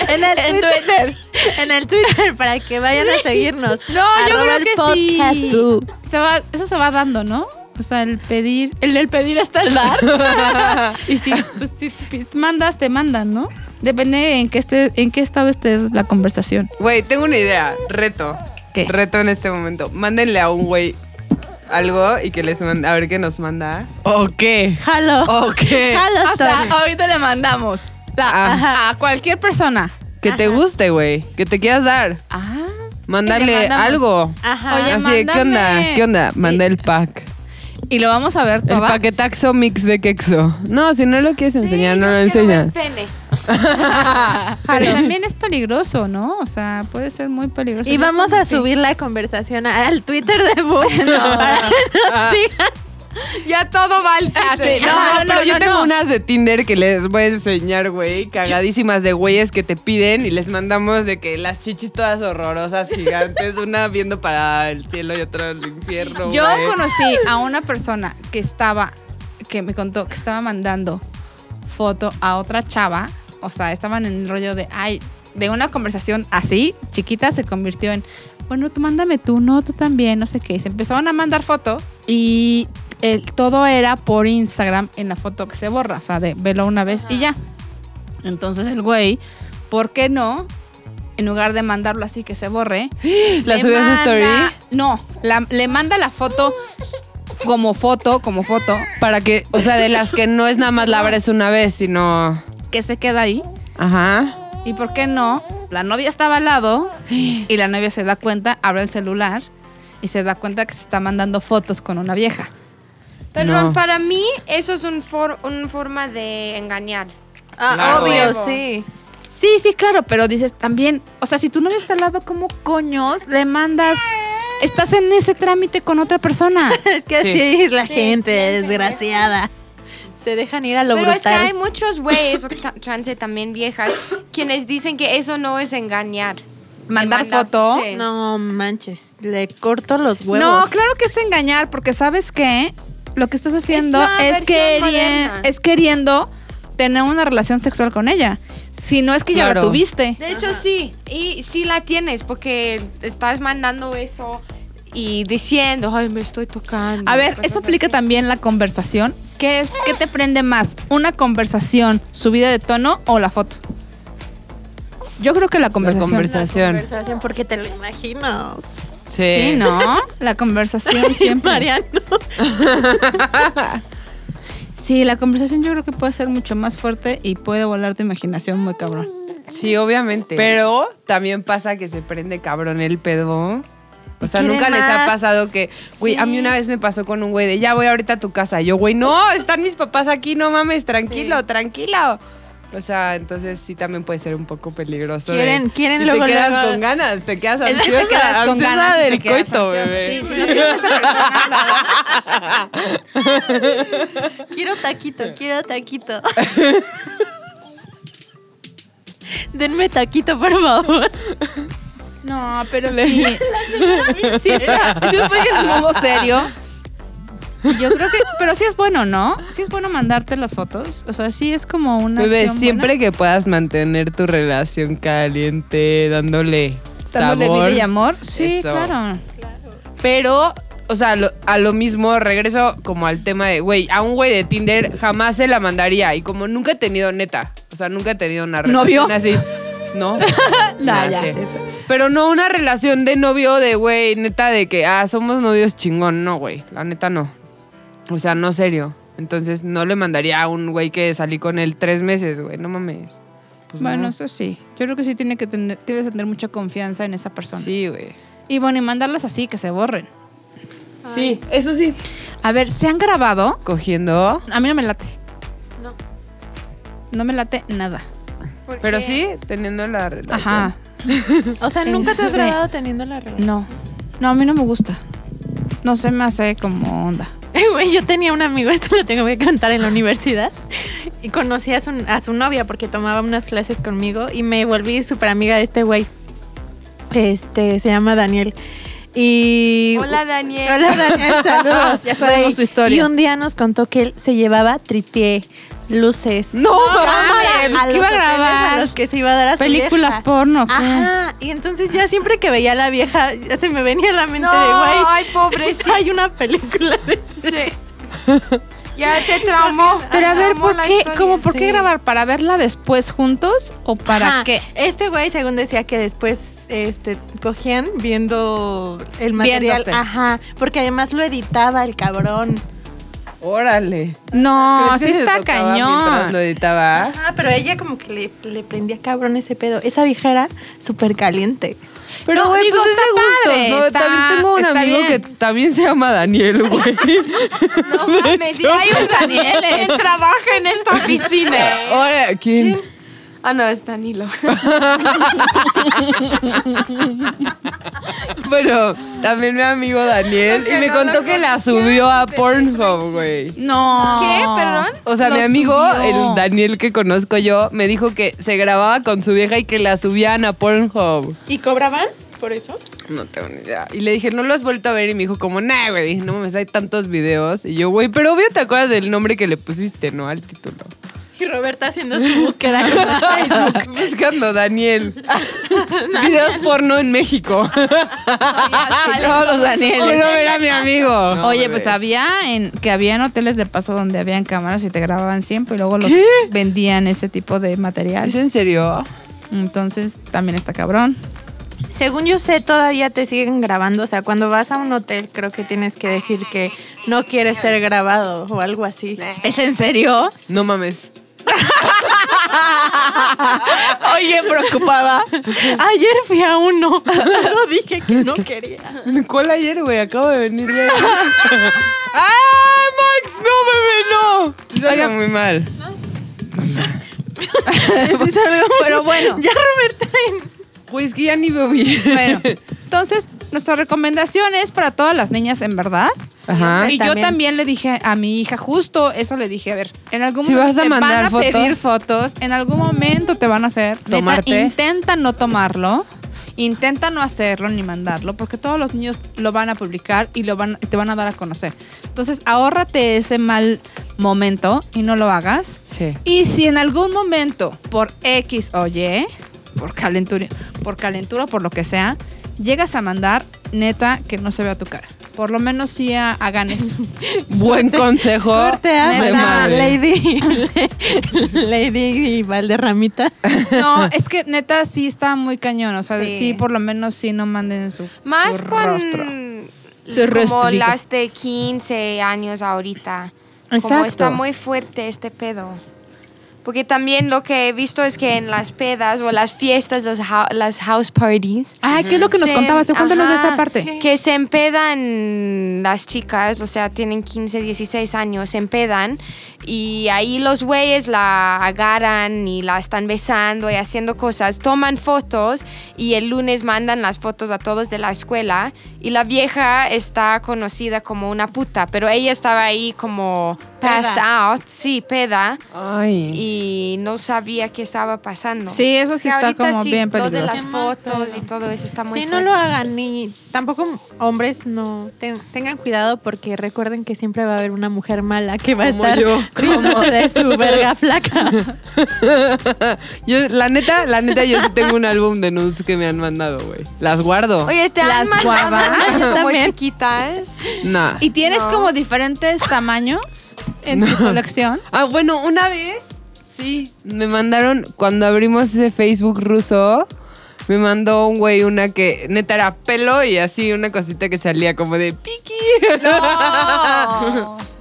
Speaker 3: en el Twitter. en el Twitter para que vayan a seguirnos.
Speaker 4: No, yo
Speaker 3: Arroba
Speaker 4: creo
Speaker 3: el
Speaker 4: que
Speaker 3: podcast
Speaker 4: sí.
Speaker 3: tú.
Speaker 4: Se va, eso se va dando, ¿no? O sea, el pedir, el, el pedir hasta el dar. y si, pues, si te pi- mandas, te mandan, ¿no? Depende en qué esté, en qué estado estés la conversación.
Speaker 2: Güey, tengo una idea. Reto.
Speaker 4: ¿Qué?
Speaker 2: Reto en este momento. Mándenle a un güey algo y que les mande. A ver qué nos manda. ¿O qué?
Speaker 3: Jalo.
Speaker 2: ¿O qué?
Speaker 3: Jalo,
Speaker 4: Eh,
Speaker 3: Ah.
Speaker 4: O sea,
Speaker 3: Tony.
Speaker 4: ahorita le mandamos la- a cualquier persona.
Speaker 2: Que te guste, güey. Que te quieras dar.
Speaker 4: Ah. Y le
Speaker 2: Mándale
Speaker 4: mandamos.
Speaker 2: algo.
Speaker 3: Ajá.
Speaker 4: Oye,
Speaker 2: Así de, ¿qué onda?
Speaker 4: mándame.
Speaker 2: ¿Qué onda? Manda el pack.
Speaker 4: Y lo vamos a ver
Speaker 2: El
Speaker 4: todas.
Speaker 2: paquetaxo mix de quexo. No, si no lo quieres enseñar, no lo enseñas.
Speaker 4: Ah, Pero también es peligroso, ¿no? O sea, puede ser muy peligroso.
Speaker 3: Y
Speaker 4: Yo
Speaker 3: vamos a
Speaker 4: conocí-
Speaker 3: subir la conversación a- al Twitter de Boo. Para que nos sigan.
Speaker 1: Ya todo va al
Speaker 4: Ah, sí,
Speaker 1: chiste.
Speaker 4: no,
Speaker 2: Ah,
Speaker 4: no,
Speaker 2: pero
Speaker 4: no,
Speaker 2: yo
Speaker 4: no,
Speaker 2: tengo
Speaker 4: no.
Speaker 2: unas de Tinder que les voy a enseñar, güey. Cagadísimas de güeyes que te piden y les mandamos de que las chichis todas horrorosas, gigantes, una viendo para el cielo y otra al infierno.
Speaker 4: Yo
Speaker 2: güey.
Speaker 4: conocí a una persona que estaba, que me contó que estaba mandando foto a otra chava. O sea, estaban en el rollo de, ay, de una conversación así, chiquita, se convirtió en, bueno, tú mándame tú, no, tú también, no sé qué. Y se empezaron a mandar foto y el- todo era por Instagram en la foto que se borra, o sea, de velo una vez y ya. Entonces el güey, ¿por qué no? En lugar de mandarlo así que se borre,
Speaker 2: ¿La
Speaker 4: le
Speaker 2: subí a su
Speaker 4: manda-
Speaker 2: story?
Speaker 4: No, la- le manda la foto como foto, como foto,
Speaker 2: Para que, o sea, de las que no es nada más la abres una vez, sino.
Speaker 4: que se queda ahí.
Speaker 2: Ajá.
Speaker 4: ¿Y por qué no? La novia estaba al lado y la novia se da cuenta, abre el celular y se da cuenta que se está mandando fotos con una vieja.
Speaker 1: Perdón,
Speaker 2: No.
Speaker 1: para mí eso es un for- una forma de engañar.
Speaker 3: Ah,
Speaker 2: Claro.
Speaker 3: obvio, sí.
Speaker 4: Sí, sí, claro, pero dices también, o sea, si tu novia está al lado, ¿cómo coños le mandas? Estás en ese trámite con otra persona.
Speaker 3: Es que
Speaker 2: Sí.
Speaker 3: así es la
Speaker 1: Sí,
Speaker 3: gente,
Speaker 1: bien
Speaker 3: desgraciada. Se dejan ir a lo
Speaker 1: Pero es que
Speaker 3: brutal.
Speaker 1: hay muchos güeyes, o ta- chance también viejas, quienes dicen que eso no es engañar.
Speaker 4: Mandar
Speaker 1: Mandar-
Speaker 4: foto.
Speaker 1: sí.
Speaker 3: No manches, le corto los
Speaker 4: No,
Speaker 3: huevos.
Speaker 4: claro que es engañar, porque sabes que lo que estás haciendo
Speaker 1: Es la
Speaker 4: es,
Speaker 1: versión
Speaker 4: querien-
Speaker 1: moderna.
Speaker 4: es queriendo tener una relación sexual con ella. Si no es que ya la
Speaker 2: Claro.
Speaker 4: tuviste.
Speaker 1: De hecho, sí. Y sí la tienes porque estás mandando eso y diciendo, ay, me estoy tocando.
Speaker 4: A ver,
Speaker 1: cosas
Speaker 4: eso aplica
Speaker 1: así.
Speaker 4: también la conversación. ¿Qué es? ¿Qué te prende más? ¿Una conversación, subida de tono o la foto? Yo creo que la conversación.
Speaker 2: conversación. Eh.
Speaker 3: Conversación porque te lo imaginas.
Speaker 4: Sí, ¿no? La conversación siempre.
Speaker 3: Mariano.
Speaker 4: Sí, la conversación yo creo que puede ser mucho más fuerte y puede volar tu imaginación muy cabrón.
Speaker 2: Sí, obviamente. Pero también pasa que se prende cabrón el pedo. O sea,
Speaker 3: quieren
Speaker 2: nunca les ha
Speaker 3: más.
Speaker 2: pasado que, güey, a mí una vez me pasó con un güey de, ya voy ahorita a tu casa. Y Yo, güey, no, están mis papás aquí, no mames, tranquilo, tranquilo. O sea, entonces sí también puede ser un poco peligroso. de-
Speaker 3: Quieren- quieren
Speaker 2: y
Speaker 3: luego,
Speaker 2: te quedas
Speaker 3: luego.
Speaker 2: con ganas, te quedas
Speaker 4: Es
Speaker 2: ansiosa,
Speaker 4: que te quedas con
Speaker 2: ansiosa
Speaker 4: ganas.
Speaker 2: del
Speaker 4: te quedas
Speaker 2: coito,
Speaker 4: ansiosa.
Speaker 2: bebé.
Speaker 4: Sí, si no tienes esa persona, la verdad,
Speaker 3: Quiero taquito, quiero taquito. Denme taquito, por favor.
Speaker 4: No, pero sí. sí, está, sí, estoy en el mundo serio. Yo creo que, pero sí es bueno, ¿no? Sí es bueno mandarte las fotos. O sea, sí es como una.
Speaker 2: Bebé,
Speaker 4: acción
Speaker 2: siempre que puedas mantener tu relación caliente, dándole,
Speaker 4: buena, dándole
Speaker 2: sabor.
Speaker 4: vida y amor. Sí,
Speaker 2: Eso.
Speaker 4: claro.
Speaker 2: Pero, o sea, lo- a lo mismo regreso como al tema de, güey, a un güey de Tinder jamás se la mandaría. Y como nunca he tenido neta, o sea, nunca he tenido una relación
Speaker 4: ¿Novio?
Speaker 2: así. No.
Speaker 4: No,
Speaker 2: Ya
Speaker 4: ya,
Speaker 2: sé.
Speaker 4: sí.
Speaker 2: Pero no una relación de novio de, güey, neta de que, ah, somos novios chingón. No, güey, la neta no. O sea, no serio. Entonces no le mandaría a un güey que salí con él tres meses, güey, no mames. Pues
Speaker 4: Bueno,
Speaker 2: no.
Speaker 4: eso sí. Yo creo que sí tiene que tener, tienes que tener mucha confianza en esa persona.
Speaker 2: Sí, güey.
Speaker 4: Y bueno, y mandarlas así, que se borren.
Speaker 2: Sí, eso sí.
Speaker 4: A ver, ¿se han grabado?
Speaker 2: Cogiendo.
Speaker 4: A mí no me late. No. No me late nada.
Speaker 1: ¿Por
Speaker 2: Pero
Speaker 1: qué?
Speaker 2: sí, teniendo la relación.
Speaker 4: Ajá.
Speaker 3: O sea, nunca te has
Speaker 4: Este-
Speaker 3: grabado teniendo la relación.
Speaker 4: No. No, a mí no me gusta. No se me hace como onda.
Speaker 3: Eh, Güey, yo tenía un amigo, esto lo tengo que contar en la universidad, y conocí a su, a su novia porque tomaba unas clases conmigo y me volví súper amiga de este güey. Este, se llama Daniel. Y...
Speaker 1: Hola, Daniel.
Speaker 3: Hola Daniel, saludos.
Speaker 4: Ya sabemos
Speaker 3: Güey,
Speaker 4: tu historia.
Speaker 3: Y un día nos contó que él se llevaba tripié, luces.
Speaker 2: No,
Speaker 3: cámara,
Speaker 4: mames,
Speaker 3: a
Speaker 4: ¿qué
Speaker 3: los
Speaker 4: iba a
Speaker 3: hoteles
Speaker 4: grabar?
Speaker 3: a los que se iba a dar a su
Speaker 4: Películas
Speaker 3: vieja.
Speaker 4: porno. ¿qué?
Speaker 3: Ajá, y entonces ya siempre que veía a la vieja, ya se me venía a la mente
Speaker 1: No,
Speaker 3: de güey.
Speaker 1: ay, pobrecito.
Speaker 3: Hay una película de
Speaker 1: Sí. Ya te traumó.
Speaker 4: Pero a ver,
Speaker 1: Traumó
Speaker 4: ¿por
Speaker 1: la
Speaker 4: qué,
Speaker 1: historia.
Speaker 4: ¿cómo, ¿por qué
Speaker 3: Sí.
Speaker 4: grabar? ¿Para verla después juntos o para
Speaker 3: Ajá.
Speaker 4: qué?
Speaker 3: Este güey, según decía que después este, cogían viendo el material.
Speaker 4: Viéndose.
Speaker 3: Ajá, porque además lo editaba el cabrón.
Speaker 2: Órale.
Speaker 4: No,
Speaker 2: ¿Crees
Speaker 4: sí
Speaker 2: que se
Speaker 4: está
Speaker 2: tocaba mientras
Speaker 4: cañón.
Speaker 2: Lo editaba.
Speaker 3: Ah, pero ella como que le, le prendía cabrón ese pedo. Esa vieja era súper caliente.
Speaker 4: No,
Speaker 2: güey,
Speaker 4: digo,
Speaker 2: pues, es de
Speaker 4: está padre, está-
Speaker 2: también tengo un
Speaker 4: está
Speaker 2: amigo
Speaker 4: bien.
Speaker 2: que también se llama Daniel, güey.
Speaker 1: No mames, si hay un Daniel que trabaja en esta oficina.
Speaker 2: Ahora, ¿quién?
Speaker 1: Ah, no, es Danilo.
Speaker 2: Pero también mi amigo Daniel.
Speaker 1: Porque
Speaker 2: y me
Speaker 1: no
Speaker 2: contó
Speaker 1: lo
Speaker 2: que la
Speaker 1: conocía,
Speaker 2: subió a
Speaker 1: te-
Speaker 2: Pornhub, güey.
Speaker 4: No.
Speaker 1: ¿Qué? ¿Perdón?
Speaker 2: O sea,
Speaker 4: Lo
Speaker 2: mi amigo,
Speaker 4: subió.
Speaker 2: el Daniel que conozco yo, me dijo que se grababa con su vieja y que la subían a Pornhub.
Speaker 3: ¿Y cobraban por eso?
Speaker 2: No tengo ni idea. Y le dije, ¿no lo has vuelto a ver? Y me dijo, como, nah, güey, no mames, hay tantos videos. Y yo, güey, pero obvio te acuerdas del nombre que le pusiste, ¿no? Al título.
Speaker 3: Y Roberta haciendo su búsqueda. como, "Ay,
Speaker 2: Buscando Daniel. Videos porno en México.
Speaker 4: Ah, Todos los Danieles.
Speaker 2: Quiero ver a mi amigo.
Speaker 4: Oye, pues había en, que habían hoteles de paso donde habían cámaras y te grababan siempre y luego los
Speaker 2: ¿Qué?
Speaker 4: vendían ese tipo de material.
Speaker 2: ¿Es en serio?
Speaker 4: Entonces también está cabrón.
Speaker 3: Según yo sé, todavía te siguen grabando. O sea, cuando vas a un hotel, creo que tienes que decir que no quieres ser grabado o algo así.
Speaker 4: ¿Es en serio?
Speaker 2: No mames.
Speaker 3: Oye, preocupada. Ayer fui a uno, pero dije que no quería.
Speaker 2: ¿Cuál ayer, güey? Acabo de venir de ahí. ¡Ah, Max! ¡No, bebé, no! Oiga, muy mal.
Speaker 4: Pero bueno.
Speaker 3: Ya, Roberta.
Speaker 2: Güey, Pues es que ya ni veo bien.
Speaker 4: Bueno, entonces nuestra recomendación es para todas las niñas, en verdad.
Speaker 2: Ajá.
Speaker 4: Ah. Y
Speaker 3: También.
Speaker 4: yo también le dije a mi hija, justo eso le dije, a ver, en algún
Speaker 2: Si
Speaker 4: momento
Speaker 2: vas a
Speaker 4: te van
Speaker 2: mandar
Speaker 4: a pedir fotos, en algún momento te van a hacer, neta,
Speaker 2: Tomarte.
Speaker 4: intenta no tomarlo, Intenta no hacerlo ni mandarlo, porque todos los niños lo van a publicar y lo van, te van a dar a conocer. Entonces, ahórrate ese mal momento y no lo hagas.
Speaker 2: Sí.
Speaker 4: Y si en algún momento, por X o Y, por calentura, por calentura, por lo que sea, llegas a mandar, neta, que no se vea tu cara. Por lo menos sí ah, hagan eso.
Speaker 2: Buen consejo.
Speaker 3: Corte,
Speaker 1: ¿eh?
Speaker 3: ah,
Speaker 2: de
Speaker 4: neta,
Speaker 2: Oh, madre.
Speaker 3: Lady, Lady Valderramita.
Speaker 4: No, es que neta sí está muy cañón. O sea, sí,
Speaker 1: Sí.
Speaker 4: por lo menos sí no manden su,
Speaker 1: Más
Speaker 4: su
Speaker 1: con
Speaker 4: rostro.
Speaker 2: Su rostro,
Speaker 1: como
Speaker 2: digo.
Speaker 1: las de 15 años ahorita. Como
Speaker 2: Exacto.
Speaker 1: está muy fuerte este pedo. Porque también lo que he visto es que en las pedas o las fiestas, las, hou- las house parties.
Speaker 4: Ay, ¿qué es lo que nos
Speaker 1: se-
Speaker 4: contabas? Tú Cuéntanos de esa
Speaker 1: ajá,
Speaker 4: parte.
Speaker 1: Que se empedan las chicas, o sea, tienen 15, 16 años, se empedan y ahí los güeyes la agarran y la están besando y haciendo cosas, toman fotos y el lunes mandan las fotos a todos de la escuela y la vieja está conocida como una puta, pero ella estaba ahí como passed out, sí, peda
Speaker 2: Ay.
Speaker 1: y no sabía qué estaba pasando.
Speaker 4: Sí, eso sí
Speaker 1: Que
Speaker 4: está
Speaker 1: ahorita
Speaker 4: como
Speaker 1: sí,
Speaker 4: bien
Speaker 1: lo de
Speaker 4: peligroso.
Speaker 1: las fotos y todo eso está muy
Speaker 3: Sí, no
Speaker 1: fuerte.
Speaker 3: lo hagan ni tampoco hombres no ten- tengan cuidado porque recuerden que siempre va a haber una mujer mala que va a
Speaker 2: Como
Speaker 3: estar
Speaker 2: yo.
Speaker 3: riéndose de su verga flaca.
Speaker 2: Yo, la neta, la neta, yo sí tengo un álbum de nudes que me han mandado, güey. Las guardo.
Speaker 1: Oye, te
Speaker 4: Las
Speaker 1: han mandado
Speaker 4: guardas
Speaker 1: unas muy
Speaker 3: también.
Speaker 1: chiquitas.
Speaker 2: Nah.
Speaker 4: ¿Y tienes
Speaker 1: No.
Speaker 4: como diferentes tamaños en tu colección?
Speaker 2: Ah, bueno, una vez, sí, me mandaron, cuando abrimos ese Facebook ruso, me mandó un güey una que neta era pelo y así una cosita que salía como de piqui.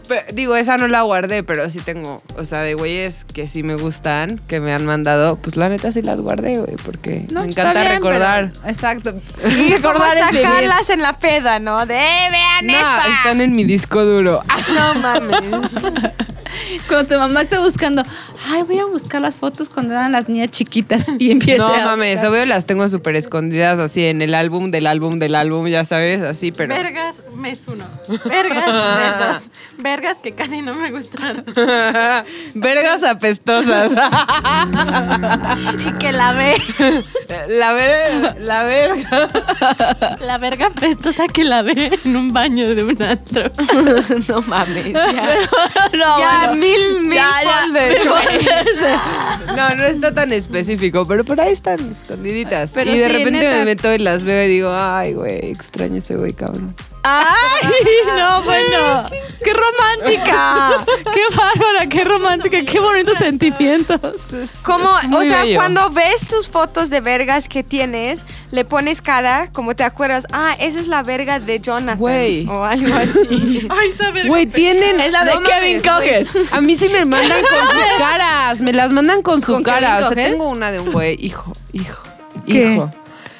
Speaker 2: Pero, digo, esa no la guardé, pero sí tengo, o sea, de güeyes que sí me gustan, que me han mandado, pues la neta sí las guardé, güey, porque
Speaker 4: No, pues,
Speaker 2: me
Speaker 4: está
Speaker 2: encanta
Speaker 4: bien,
Speaker 2: recordar.
Speaker 4: pero- exacto.
Speaker 1: Y
Speaker 4: Recordar es vivir.
Speaker 1: sacarlas en la peda, ¿no? De, "Eh, vean
Speaker 2: No,
Speaker 1: esta.
Speaker 2: están en mi disco duro. Ah,
Speaker 1: No mames.
Speaker 4: Cuando tu mamá esté buscando, ay, voy a buscar las fotos cuando eran las niñas chiquitas y empieza
Speaker 2: No
Speaker 4: a
Speaker 2: mames, obvio las tengo súper escondidas así en el álbum del álbum del álbum, ya sabes, así, pero.
Speaker 3: Vergas mes uno, vergas mes dos, vergas que casi no me gustan
Speaker 2: Vergas apestosas.
Speaker 3: y que la ve,
Speaker 2: la, ver, la verga.
Speaker 3: la verga pestosa que la ve en un baño de un antro.
Speaker 2: No mames.
Speaker 4: No,
Speaker 1: ya
Speaker 4: bueno.
Speaker 1: mil, mil
Speaker 4: Ya, ya,
Speaker 1: folders,
Speaker 4: me
Speaker 1: güey.
Speaker 2: No, no está tan específico, pero por ahí están escondiditas.
Speaker 4: Pero
Speaker 2: y de
Speaker 4: sí,
Speaker 2: repente
Speaker 4: neta.
Speaker 2: me meto y las veo y digo, ay, güey, extraño ese güey, cabrón.
Speaker 4: ¡Ay! No, bueno. ¡Qué romántica! ¡Qué bárbara! ¡Qué romántica! ¡Qué bonitos sentimientos!
Speaker 1: Como,
Speaker 2: Es
Speaker 1: o
Speaker 2: muy
Speaker 1: sea,
Speaker 2: bello.
Speaker 1: cuando ves tus fotos de vergas que tienes, le pones cara, como te acuerdas, ah, esa es la verga de Jonathan.
Speaker 2: Güey.
Speaker 1: O algo así.
Speaker 3: Ay, esa verga.
Speaker 2: Güey, tienen. Es la
Speaker 4: de Kevin
Speaker 2: Coges. A mí sí me mandan con sus caras. Me las mandan con su
Speaker 4: ¿Con Kevin
Speaker 2: cara. O sea,
Speaker 4: Coges?
Speaker 2: tengo una de un güey. Hijo, hijo,
Speaker 4: ¿Qué? Ah,
Speaker 2: hijo.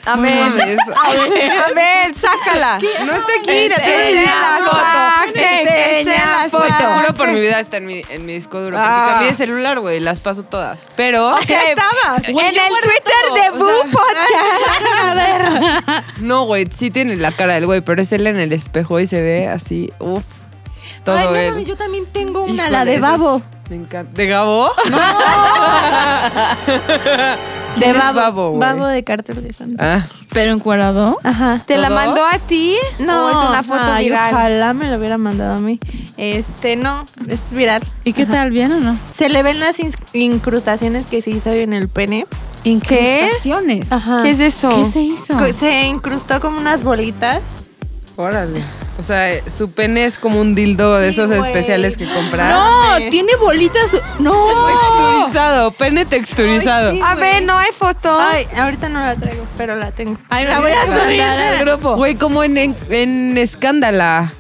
Speaker 1: A
Speaker 2: No
Speaker 1: ver,
Speaker 2: mames.
Speaker 1: a ver, a ver, sácala.
Speaker 2: No está aquí,
Speaker 1: Que
Speaker 2: la
Speaker 1: se
Speaker 2: tengo en la
Speaker 1: la
Speaker 2: foto.
Speaker 1: saque, que se
Speaker 4: Enseña
Speaker 1: la
Speaker 2: Foto. Te
Speaker 1: saque.
Speaker 2: juro por mi vida está en mi, en mi disco duro. Porque
Speaker 1: Ah.
Speaker 2: cambié de celular, güey. Las paso todas. Pero.
Speaker 1: Ok,
Speaker 2: Güey,
Speaker 1: En
Speaker 2: yo
Speaker 1: el
Speaker 2: guardo
Speaker 1: Twitter
Speaker 2: todo,
Speaker 1: de
Speaker 2: o
Speaker 1: Boo
Speaker 2: sea.
Speaker 1: Podcast.
Speaker 2: No, güey. Sí tiene la cara del güey, pero es él en el espejo y se ve así. Uf. Todo
Speaker 3: Ay, no,
Speaker 2: él.
Speaker 3: mami, yo también tengo una,
Speaker 2: Híjole,
Speaker 3: la
Speaker 2: esa
Speaker 3: de
Speaker 2: es-
Speaker 3: babo.
Speaker 2: Me encanta. ¿De Gabo?
Speaker 3: De
Speaker 2: ¿Quién es Babo, güey?
Speaker 3: Babo de Cartel de Santa.
Speaker 2: Ah.
Speaker 4: ¿Pero encuerado?
Speaker 3: Ajá.
Speaker 1: ¿Te la
Speaker 2: ¿Todo?
Speaker 1: mandó a ti? ¿O Oh, es una foto
Speaker 3: ay,
Speaker 1: viral?
Speaker 3: Ojalá me lo hubiera mandado a mí. Este, no, es viral.
Speaker 4: ¿Y qué tal? ¿Bien o no?
Speaker 3: Se le ven las ins- incrustaciones que se hizo en el pene.
Speaker 4: ¿En
Speaker 1: qué?
Speaker 3: Ajá.
Speaker 1: ¿Qué es eso?
Speaker 4: ¿Qué se hizo?
Speaker 3: Se incrustó como unas bolitas.
Speaker 2: Órale. O sea, eh, su pene es como un dildo de
Speaker 3: Sí,
Speaker 2: esos
Speaker 3: güey.
Speaker 2: especiales que compraron.
Speaker 4: No,
Speaker 3: Dame.
Speaker 4: tiene bolitas. No.
Speaker 2: Texturizado, pene texturizado.
Speaker 3: Ay, sí.
Speaker 1: A
Speaker 3: güey.
Speaker 1: ver, no hay foto.
Speaker 3: Ay, ahorita no la traigo, pero la tengo.
Speaker 4: Ay, la voy a mandar al grupo.
Speaker 2: Güey, como en, en, en Escándala.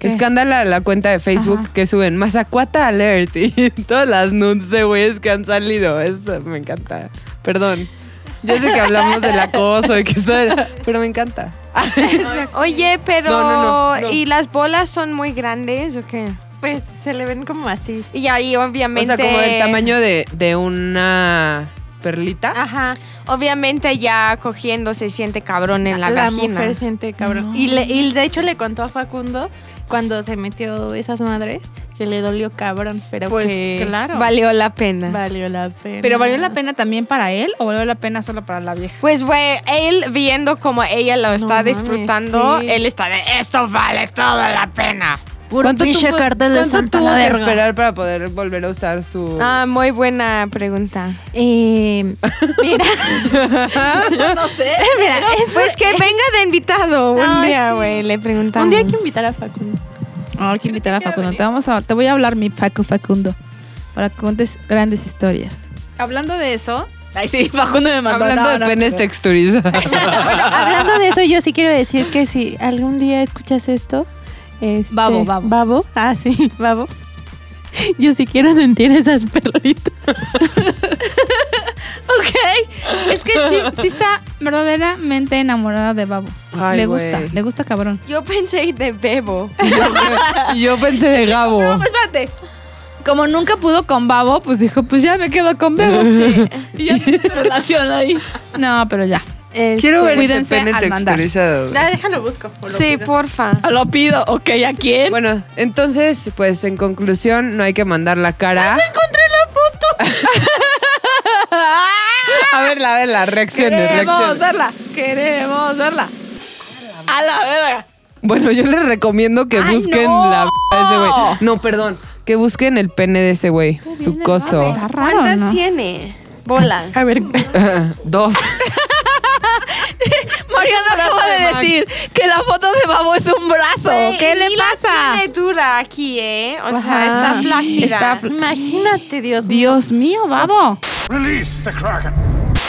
Speaker 2: Escándala, la cuenta de Facebook que suben. Mazacuata Alert. Y todas las nudes de güeyes que han salido. Eso me encanta. Perdón. Yo sé que hablamos del acoso y que está- Pero me encanta.
Speaker 1: Oye, pero
Speaker 2: No, no, no, no.
Speaker 1: ¿y las bolas son muy grandes o qué?
Speaker 3: Pues se le ven como así.
Speaker 1: Y ahí
Speaker 2: O
Speaker 1: obviamente
Speaker 2: sea, como el tamaño de, de una perlita.
Speaker 3: Ajá.
Speaker 1: Obviamente ya cogiendo se siente cabrón en la, vagina.
Speaker 3: mujer siente cabrón. Y, le- y de hecho le contó a Facundo cuando se metió esas madres que le dolió cabrón, pero
Speaker 4: Pues,
Speaker 3: que
Speaker 4: claro.
Speaker 1: Valió la pena.
Speaker 3: valió la pena.
Speaker 4: Pero valió la pena también para él o valió la pena solo para la vieja.
Speaker 1: Pues, güey, él viendo como ella lo está
Speaker 3: mames,
Speaker 1: disfrutando,
Speaker 3: sí.
Speaker 1: él está de, esto vale toda la pena.
Speaker 2: ¿Cuánto
Speaker 3: pinche
Speaker 2: tuvo,
Speaker 3: cartel de
Speaker 2: cuánto
Speaker 3: Santa
Speaker 2: tuvo
Speaker 3: la
Speaker 2: que
Speaker 3: verga.
Speaker 2: esperar para poder volver a usar su...
Speaker 1: Ah, muy buena pregunta.
Speaker 3: Eh, mira,
Speaker 4: No sé.
Speaker 3: mira,
Speaker 1: Pues que venga de invitado un
Speaker 3: Ay,
Speaker 1: día,
Speaker 3: sí.
Speaker 1: güey, le preguntamos.
Speaker 3: un día hay que invitar a Facundo.
Speaker 4: Hay que invitar a Facundo. Te, vamos a, te voy a hablar, mi Facu Facundo, para que cuentes grandes historias. Hablando de eso. Ay, sí, Facundo me
Speaker 2: Hablando de penes texturizados.
Speaker 3: Bueno, hablando de eso, yo sí quiero decir que si algún día escuchas esto, este,
Speaker 4: Babo, babo.
Speaker 3: Babo, ah, sí, babo. Yo sí quiero sentir esas perlitas.
Speaker 4: Ok. Es que Chi- sí está verdaderamente enamorada de Babo.
Speaker 2: Ay,
Speaker 4: le gusta,
Speaker 2: güey.
Speaker 4: le gusta cabrón.
Speaker 1: Yo pensé de Bebo.
Speaker 2: Yo pensé de Gabo.
Speaker 4: espérate. Como nunca pudo con Babo, pues dijo, pues ya me quedo con Bebo. Sí. Y ya tiene su relación ahí. No, pero ya.
Speaker 2: Quiero ver ese
Speaker 4: Cuídense
Speaker 2: pene
Speaker 4: al mandar.
Speaker 2: texturizado.
Speaker 3: Ya, déjalo busco. por lo
Speaker 1: Sí,
Speaker 3: que-
Speaker 1: porfa.
Speaker 4: Lo pido. Ok, ¿a quién?
Speaker 2: Bueno, entonces, pues en conclusión, no hay que mandar la cara.
Speaker 4: encontré la foto.
Speaker 2: A verla, a verla, reacciones, reacciones.
Speaker 4: verla. Queremos verla. A la verga.
Speaker 2: Bueno, yo les recomiendo que
Speaker 4: ¡Ay,
Speaker 2: busquen
Speaker 4: no!
Speaker 2: la p- de ese güey. No, perdón, que busquen el pene de ese güey, su coso.
Speaker 4: Está raro,
Speaker 1: ¿Cuántas
Speaker 4: ¿no?
Speaker 1: tiene? Bolas.
Speaker 3: A ver,
Speaker 2: Dos.
Speaker 4: Mariana acaba de decir que la foto de Babo es un brazo.
Speaker 1: Güey,
Speaker 4: ¿Qué le
Speaker 1: ni la
Speaker 4: pasa?
Speaker 1: tiene dura aquí, ¿eh? O sea,
Speaker 3: Ajá.
Speaker 1: está
Speaker 3: Sí.
Speaker 1: flácida.
Speaker 4: Está fl-
Speaker 3: imagínate, Dios mío.
Speaker 4: Dios mío, Babo.
Speaker 5: Release the Kraken.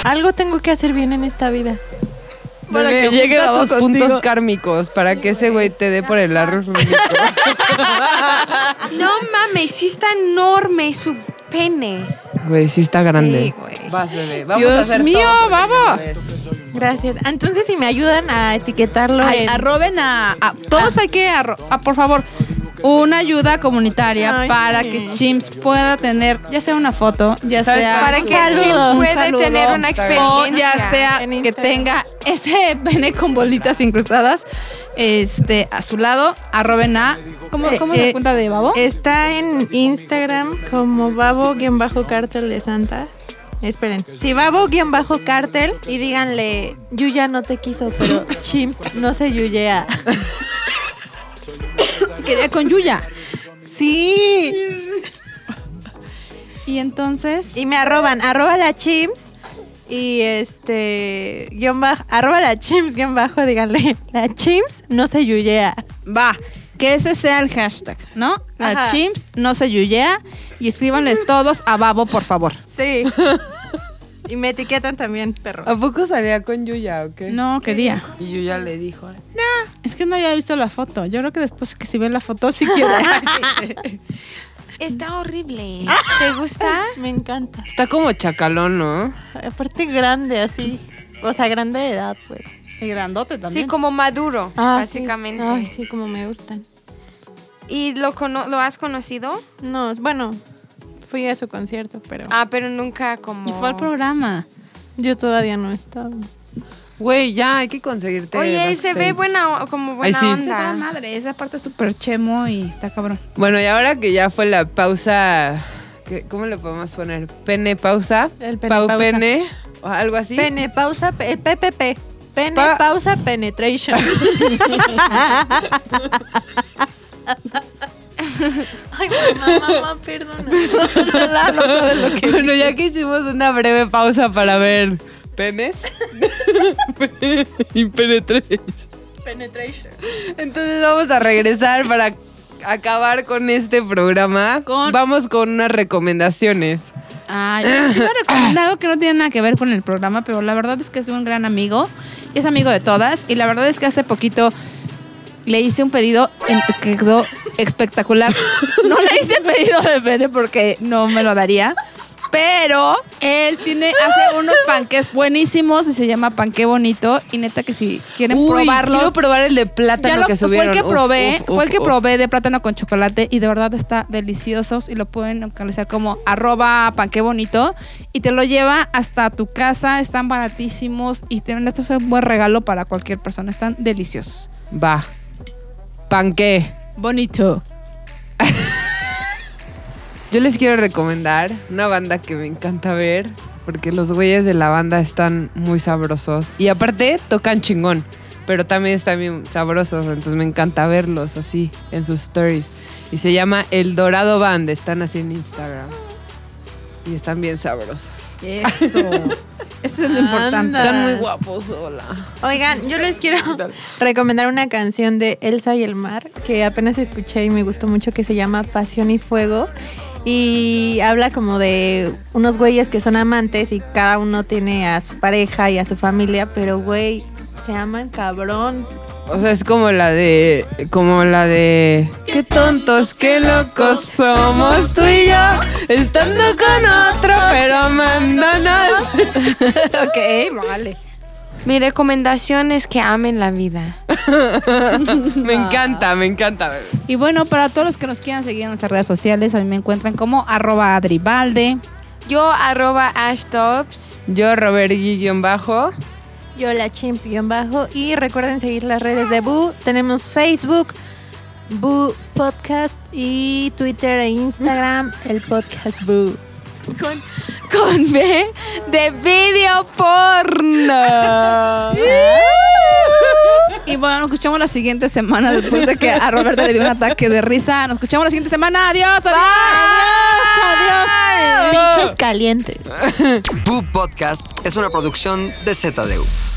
Speaker 3: Algo tengo que hacer bien en esta vida.
Speaker 2: Para que llegue a tus puntos kármicos, para que ese güey te dé por el arroz.
Speaker 1: No mames, sí está enorme su pene.
Speaker 2: Güey, sí está grande.
Speaker 3: Sí, güey.
Speaker 2: Vas, bebé. Vamos
Speaker 4: Dios
Speaker 2: a hacer
Speaker 4: mío,
Speaker 2: todo por
Speaker 4: Babo.
Speaker 2: ti, bebé.
Speaker 3: Gracias. Entonces, si me ayudan a etiquetarlo.
Speaker 4: Ay,
Speaker 3: en-
Speaker 4: arroben a,
Speaker 3: ah.
Speaker 4: a- todos hay que arro- ah, por favor una ayuda comunitaria
Speaker 3: Ay,
Speaker 4: para
Speaker 3: sí.
Speaker 4: que Chimps pueda tener ya sea una foto, ya
Speaker 2: ¿Sabes
Speaker 4: sea
Speaker 1: Para que el
Speaker 3: saludo.
Speaker 1: James
Speaker 4: un
Speaker 1: pueda
Speaker 4: saludo,
Speaker 1: tener una
Speaker 4: o
Speaker 1: experiencia.
Speaker 4: ya sea
Speaker 3: En
Speaker 4: que
Speaker 3: Instagram.
Speaker 4: tenga ese pene con bolitas incrustadas este a su lado arroben a ¿cómo,
Speaker 3: Eh,
Speaker 4: cómo es la
Speaker 3: eh,
Speaker 4: cuenta de babo?
Speaker 3: Está en Instagram como babo-cartel de Santa. Esperen. Sí, babo-cartel y díganle, Yuya no te quiso, pero chimps no se yuyea.
Speaker 4: quería con Yuya
Speaker 3: Sí.
Speaker 4: y entonces
Speaker 3: Y me arroban, arroba la chimps y este, guión bajo, arroba la chimps, guión bajo, díganle, la chimps no se yuyea.
Speaker 4: Va, que ese sea el hashtag, ¿no? La
Speaker 3: Ajá.
Speaker 4: chimps no se yuyea y escríbanles todos a Babo, por favor.
Speaker 3: Sí. y me etiquetan también, perros.
Speaker 2: ¿A poco salía con Yuya o qué?
Speaker 4: No quería.
Speaker 2: Y Yuya le dijo. "Ay".
Speaker 4: Es que no había visto la foto. Yo creo que después que si ve la foto sí quiero.
Speaker 1: Está horrible. ¿Te gusta?
Speaker 3: Me encanta.
Speaker 2: Está como chacalón, ¿no?
Speaker 3: Aparte grande así. O sea, grande de edad, pues.
Speaker 4: y grandote también.
Speaker 1: Sí, como maduro, básicamente.
Speaker 3: Ay, Ah, sí, como me gustan.
Speaker 1: ¿Y lo, cono- lo has conocido?
Speaker 3: No, bueno, fui a su concierto, pero
Speaker 1: Ah, pero nunca como...
Speaker 4: Y fue al programa.
Speaker 3: yo todavía no estaba.
Speaker 2: Güey, ya hay que conseguirte.
Speaker 1: Oye, se ve
Speaker 2: backstage.
Speaker 1: buena, o- como buena
Speaker 2: Ay, sí.
Speaker 4: Se va a
Speaker 1: onda.
Speaker 4: madre, esa parte es súper chemo y está cabrón.
Speaker 2: Bueno, y ahora que ya fue la pausa, ¿qué- ¿cómo le podemos poner? Pene pausa,
Speaker 3: El pene
Speaker 2: pau
Speaker 3: pausa.
Speaker 2: pene, o algo así.
Speaker 3: Pene, pausa, pe- el PPP. Pene,
Speaker 2: Pa-
Speaker 3: pausa, penetration. Ay, mamá, mamá, perdona.
Speaker 2: Bueno, ya que hicimos una breve pausa para ver penes y penetration.
Speaker 3: Penetration.
Speaker 2: Entonces vamos a regresar para acabar con este programa.
Speaker 4: Con-
Speaker 2: Vamos con unas recomendaciones.
Speaker 4: Ay, yo me recomiendo algo que no tiene nada que ver con el programa, pero la verdad es que es un gran amigo y es amigo de todas. Y la verdad es que hace poquito le hice un pedido en- que quedó espectacular. No le hice pedido de pene porque no me lo daría. Pero él tiene, hace unos panques buenísimos y se llama Panque Bonito. Y neta que si quieren
Speaker 2: Uy,
Speaker 4: probarlos.
Speaker 2: Quiero probar el de plátano
Speaker 4: Ya lo,
Speaker 2: que subieron.
Speaker 4: Fue el que
Speaker 2: Uf,
Speaker 4: probé,
Speaker 2: uf, uf,
Speaker 4: fue el que
Speaker 2: uf.
Speaker 4: probé de plátano con chocolate y de verdad está delicioso y lo pueden localizar como arroba panque bonito y te lo lleva hasta tu casa, están baratísimos y tienen esto es un buen regalo para cualquier persona, están deliciosos.
Speaker 2: Va. Panqué.
Speaker 4: Bonito.
Speaker 2: Yo les quiero recomendar una banda que me encanta ver, porque los güeyes de la banda están muy sabrosos. Y aparte, tocan chingón, pero también están bien sabrosos, entonces me encanta verlos así, en sus stories. Y se llama El Dorado Band, están así en Instagram. Y están bien sabrosos.
Speaker 4: Eso. Eso es lo importante.
Speaker 3: Anda.
Speaker 2: Están muy guapos, hola.
Speaker 3: Oigan, yo les quiero recomendar una canción de Elsa y el mar que apenas escuché y me gustó mucho que se llama Pasión y Fuego y habla como de unos güeyes que son amantes y cada uno tiene a su pareja y a su familia, pero güey, se aman cabrón.
Speaker 2: O sea, es como la de. Como la de. Qué tontos, qué locos somos tú y yo. Estando con otro, pero amándonos.
Speaker 4: ok, vale.
Speaker 1: Mi recomendación es que amen la vida.
Speaker 2: Me encanta, me encanta. bebé.
Speaker 4: Y bueno, para todos los que nos quieran seguir en nuestras redes sociales, a mí me encuentran como arroba adribalde.
Speaker 1: Yo arroba ashtops.
Speaker 2: Yo, Robert Guillón Bajo.
Speaker 3: Yo la chimps guión bajo y recuerden seguir las redes de Bu. Tenemos Facebook, Bu Podcast y Twitter e Instagram, el podcast Bu.
Speaker 1: Con, con B de video porno.
Speaker 4: Y bueno, nos escuchamos la siguiente semana después de que a Roberta le dio un ataque de risa. Nos escuchamos la siguiente semana. Adiós. adiós.
Speaker 3: Pinchos calientes.
Speaker 5: Boo Podcast es una producción de ZDU.